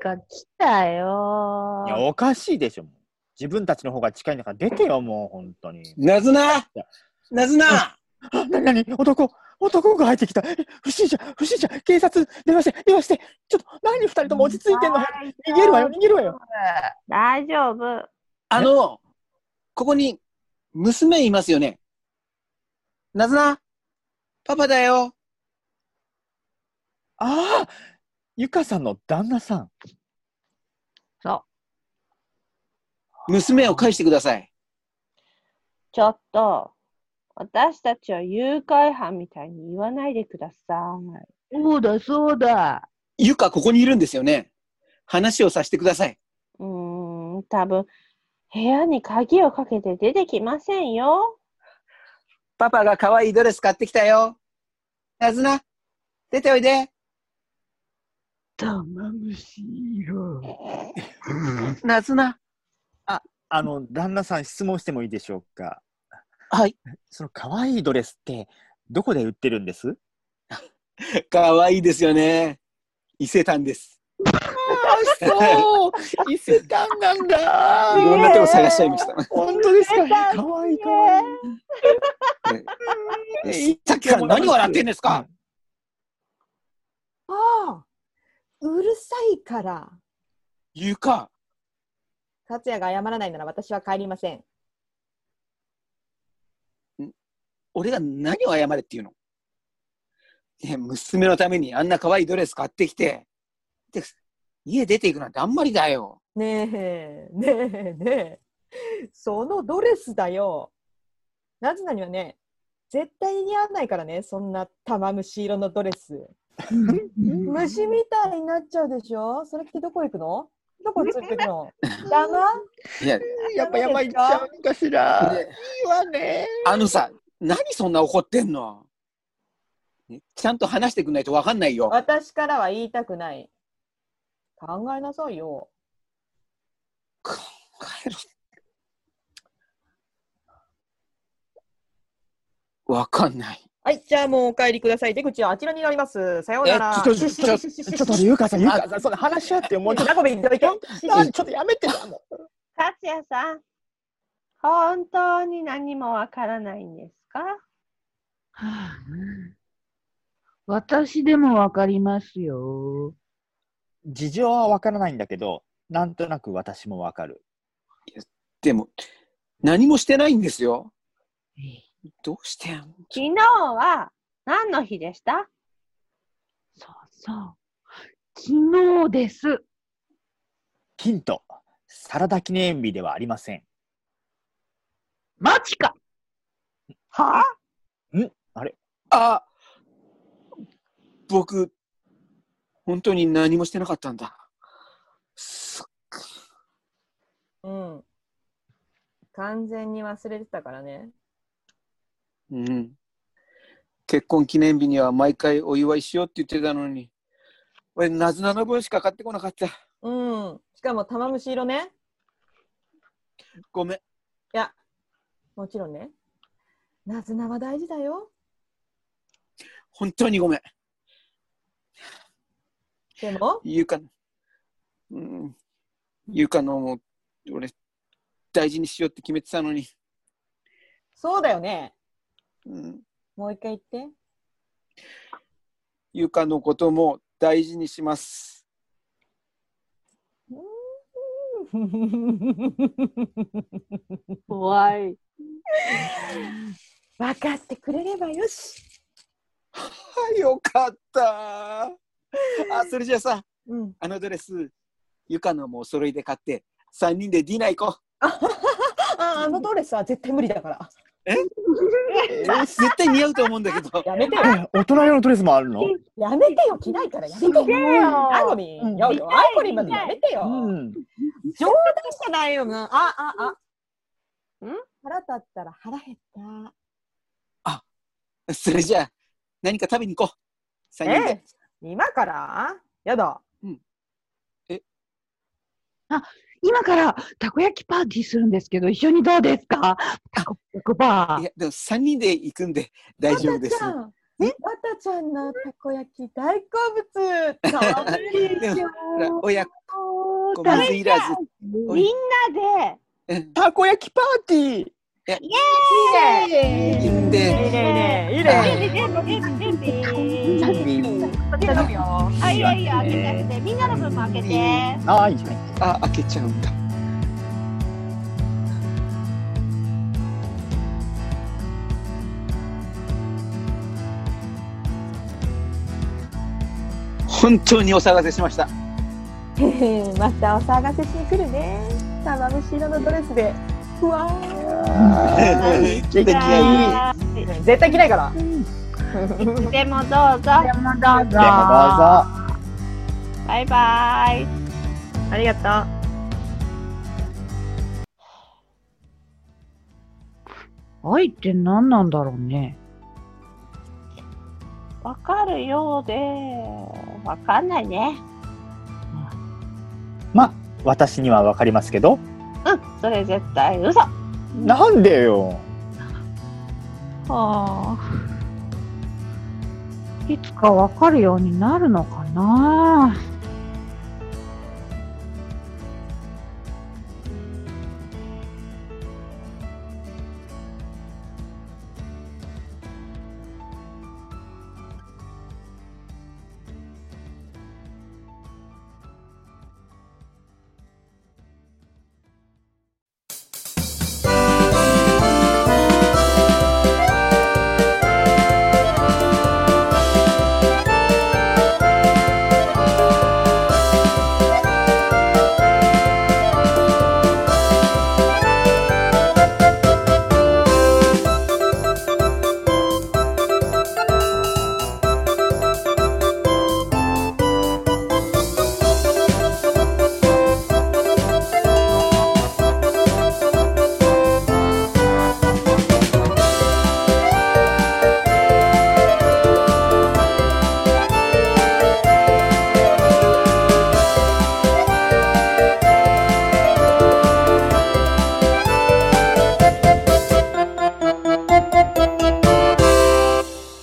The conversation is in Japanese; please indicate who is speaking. Speaker 1: が来たよ
Speaker 2: いや、おかしいでしょ。もう自分たちの方が近いんだから出てよ、もう、本当に。
Speaker 3: なずななずな
Speaker 2: あ、なになに男男が入ってきた。え不審者、不審者、警察、電話して、電話して。ちょっと、何二人とも落ち着いてんの。逃げるわよ、逃げるわよ。
Speaker 1: 大丈夫。
Speaker 3: あの、ここに娘いますよね。なずなパパだよ。
Speaker 2: ああ、ゆかさんの旦那さん。
Speaker 3: 娘を返してください。
Speaker 1: ちょっと、私たちは誘拐犯みたいに言わないでください。そうだ、そうだ。
Speaker 3: ゆかここにいるんですよね。話をさせてください。
Speaker 1: うーん、多分部屋に鍵をかけて出てきませんよ。
Speaker 3: パパが可愛いドレス買ってきたよ。なずな、出ておいで。
Speaker 1: 玉虫色。
Speaker 3: なずな。
Speaker 2: あの、旦那さん、質問してもいいでしょうか。
Speaker 3: はい。
Speaker 2: その可愛いドレスって、どこで売ってるんです
Speaker 3: 可愛いですよね。伊勢丹です。
Speaker 2: あ、 そう伊勢丹なんだ
Speaker 3: いろんなとこ探しちゃいました。
Speaker 2: 本当です
Speaker 1: か
Speaker 2: 可愛い可
Speaker 1: 可愛い
Speaker 2: 愛い。
Speaker 3: さっきから何笑ってんですか。
Speaker 4: ああ、うるさいから。
Speaker 3: ゆか。
Speaker 4: 達也が謝らないなら私は帰りません。
Speaker 3: 俺が何を謝れっていうの、ね、娘のためにあんな可愛いドレス買ってきてで家出ていくなんてあんまりだよ
Speaker 4: ねえ、ねえ、ねえ。そのドレスだよ。なぜなにはね、絶対に似合わないからね、そんな玉虫色のドレス。虫みたいになっちゃうでしょそれってどこ行くのどこついてくの邪魔
Speaker 3: いやで
Speaker 2: やっぱ山行っちゃうのかしら。いいわね。
Speaker 3: あのさ何そんな怒ってんの、ねちゃんと話してくんないと分かんないよ
Speaker 4: 私からは言いたくない。考えなさいよ。
Speaker 3: 考えろ分かんない
Speaker 4: はい、じゃあもうお帰りください。出口はあちらになります。さようなら。
Speaker 3: えちょっと
Speaker 2: ちょっと、ちょっと、ゆかさん、ゆかさん、その話し合ってよ、もうちょっ
Speaker 4: ラコベにどいて。
Speaker 2: と、あちょっとやめてよもう
Speaker 1: 達也さん、本当に何もわからないんですか
Speaker 5: はあ 私でもわかりますよ。
Speaker 2: 事情はわからないんだけど、なんとなく私もわかる。
Speaker 3: でも何もしてないんですよ
Speaker 5: ええ
Speaker 3: どうしてん
Speaker 1: 昨日は何の日でした
Speaker 5: そうそう。昨日です。
Speaker 2: ヒント、サラダ記念日ではありません。
Speaker 5: マジか
Speaker 1: は
Speaker 3: あ僕、本当に何もしてなかったんだ。す
Speaker 4: うん。完全に忘れてたからね。
Speaker 3: うん。結婚記念日には毎回お祝いしようって言ってたのに、俺、なずなの分しか買ってこなかった。
Speaker 4: うん。しかも玉虫色ね。
Speaker 3: ごめん。
Speaker 4: いや、もちろんね。なずなは大事だよ。
Speaker 3: 本当にごめん。
Speaker 4: でも、
Speaker 3: ゆうか、うん。ゆうかのも、俺、大事にしようって決めてたのに。
Speaker 4: そうだよね。
Speaker 3: うん。
Speaker 4: もう一回言って。
Speaker 3: ゆうかのことも大事にします。
Speaker 5: 怖い。
Speaker 4: 分かってくれればよし。
Speaker 3: あ、よかった。あ、それじゃあさ、
Speaker 4: うん。
Speaker 3: あのドレス、ゆかのもお揃いで買って、3人でディナー行こ
Speaker 4: あ、あのドレスは絶対無理だから。
Speaker 3: う。絶対似合うと思うんだけど。
Speaker 4: やめてよ。
Speaker 2: え大人用のドレスもあるの
Speaker 4: やめてよ。着ないからやめてよ。アゴミン、よ
Speaker 1: 見たい
Speaker 4: よ、アゴリンまでやめてよ。
Speaker 2: うん。
Speaker 4: 冗談じゃないよな。あ、あ、あ。
Speaker 1: ん
Speaker 4: 腹立ったら腹減った。
Speaker 3: それじゃあ、何か食べに行こう。3人で。
Speaker 4: 今からやだ。
Speaker 5: 今からたこ焼きパーティーするんですけど、一緒にどうですかたこ焼きパー。
Speaker 3: いや、でも3人で行くんで大丈夫です。
Speaker 4: わ たちゃんのたこ焼き大好物。食べるよ。
Speaker 3: 親こう
Speaker 5: だ
Speaker 3: 水いらず。
Speaker 1: みんなで、
Speaker 3: うん
Speaker 2: たこ焼きパーティー
Speaker 4: いいね
Speaker 3: 行っ
Speaker 4: い
Speaker 3: て、
Speaker 4: いねいいねいい
Speaker 3: は
Speaker 4: ね
Speaker 1: 準備、準備、準備、準備。
Speaker 3: 準備
Speaker 4: 頼むよ
Speaker 1: あ、いいよいいよ、開けちゃって。みんなの分も開けて。
Speaker 2: はいはい
Speaker 3: あ、開けちゃうんだ。本当にお騒がせしました。
Speaker 4: またお騒がせしに来るね玉虫色のドレスでうわー
Speaker 3: 素敵
Speaker 1: はーい
Speaker 4: 絶対嫌いから
Speaker 1: でもどうぞ。
Speaker 5: どうぞ。
Speaker 1: バイバイ。
Speaker 4: ありがとう
Speaker 5: 愛って何なんだろうね。
Speaker 1: わかるようで、わかんないね。
Speaker 2: まあ私にはわかりますけど
Speaker 1: うん、それ絶対嘘。
Speaker 2: なんでよ
Speaker 5: はあ。いつかわかるようになるのかな。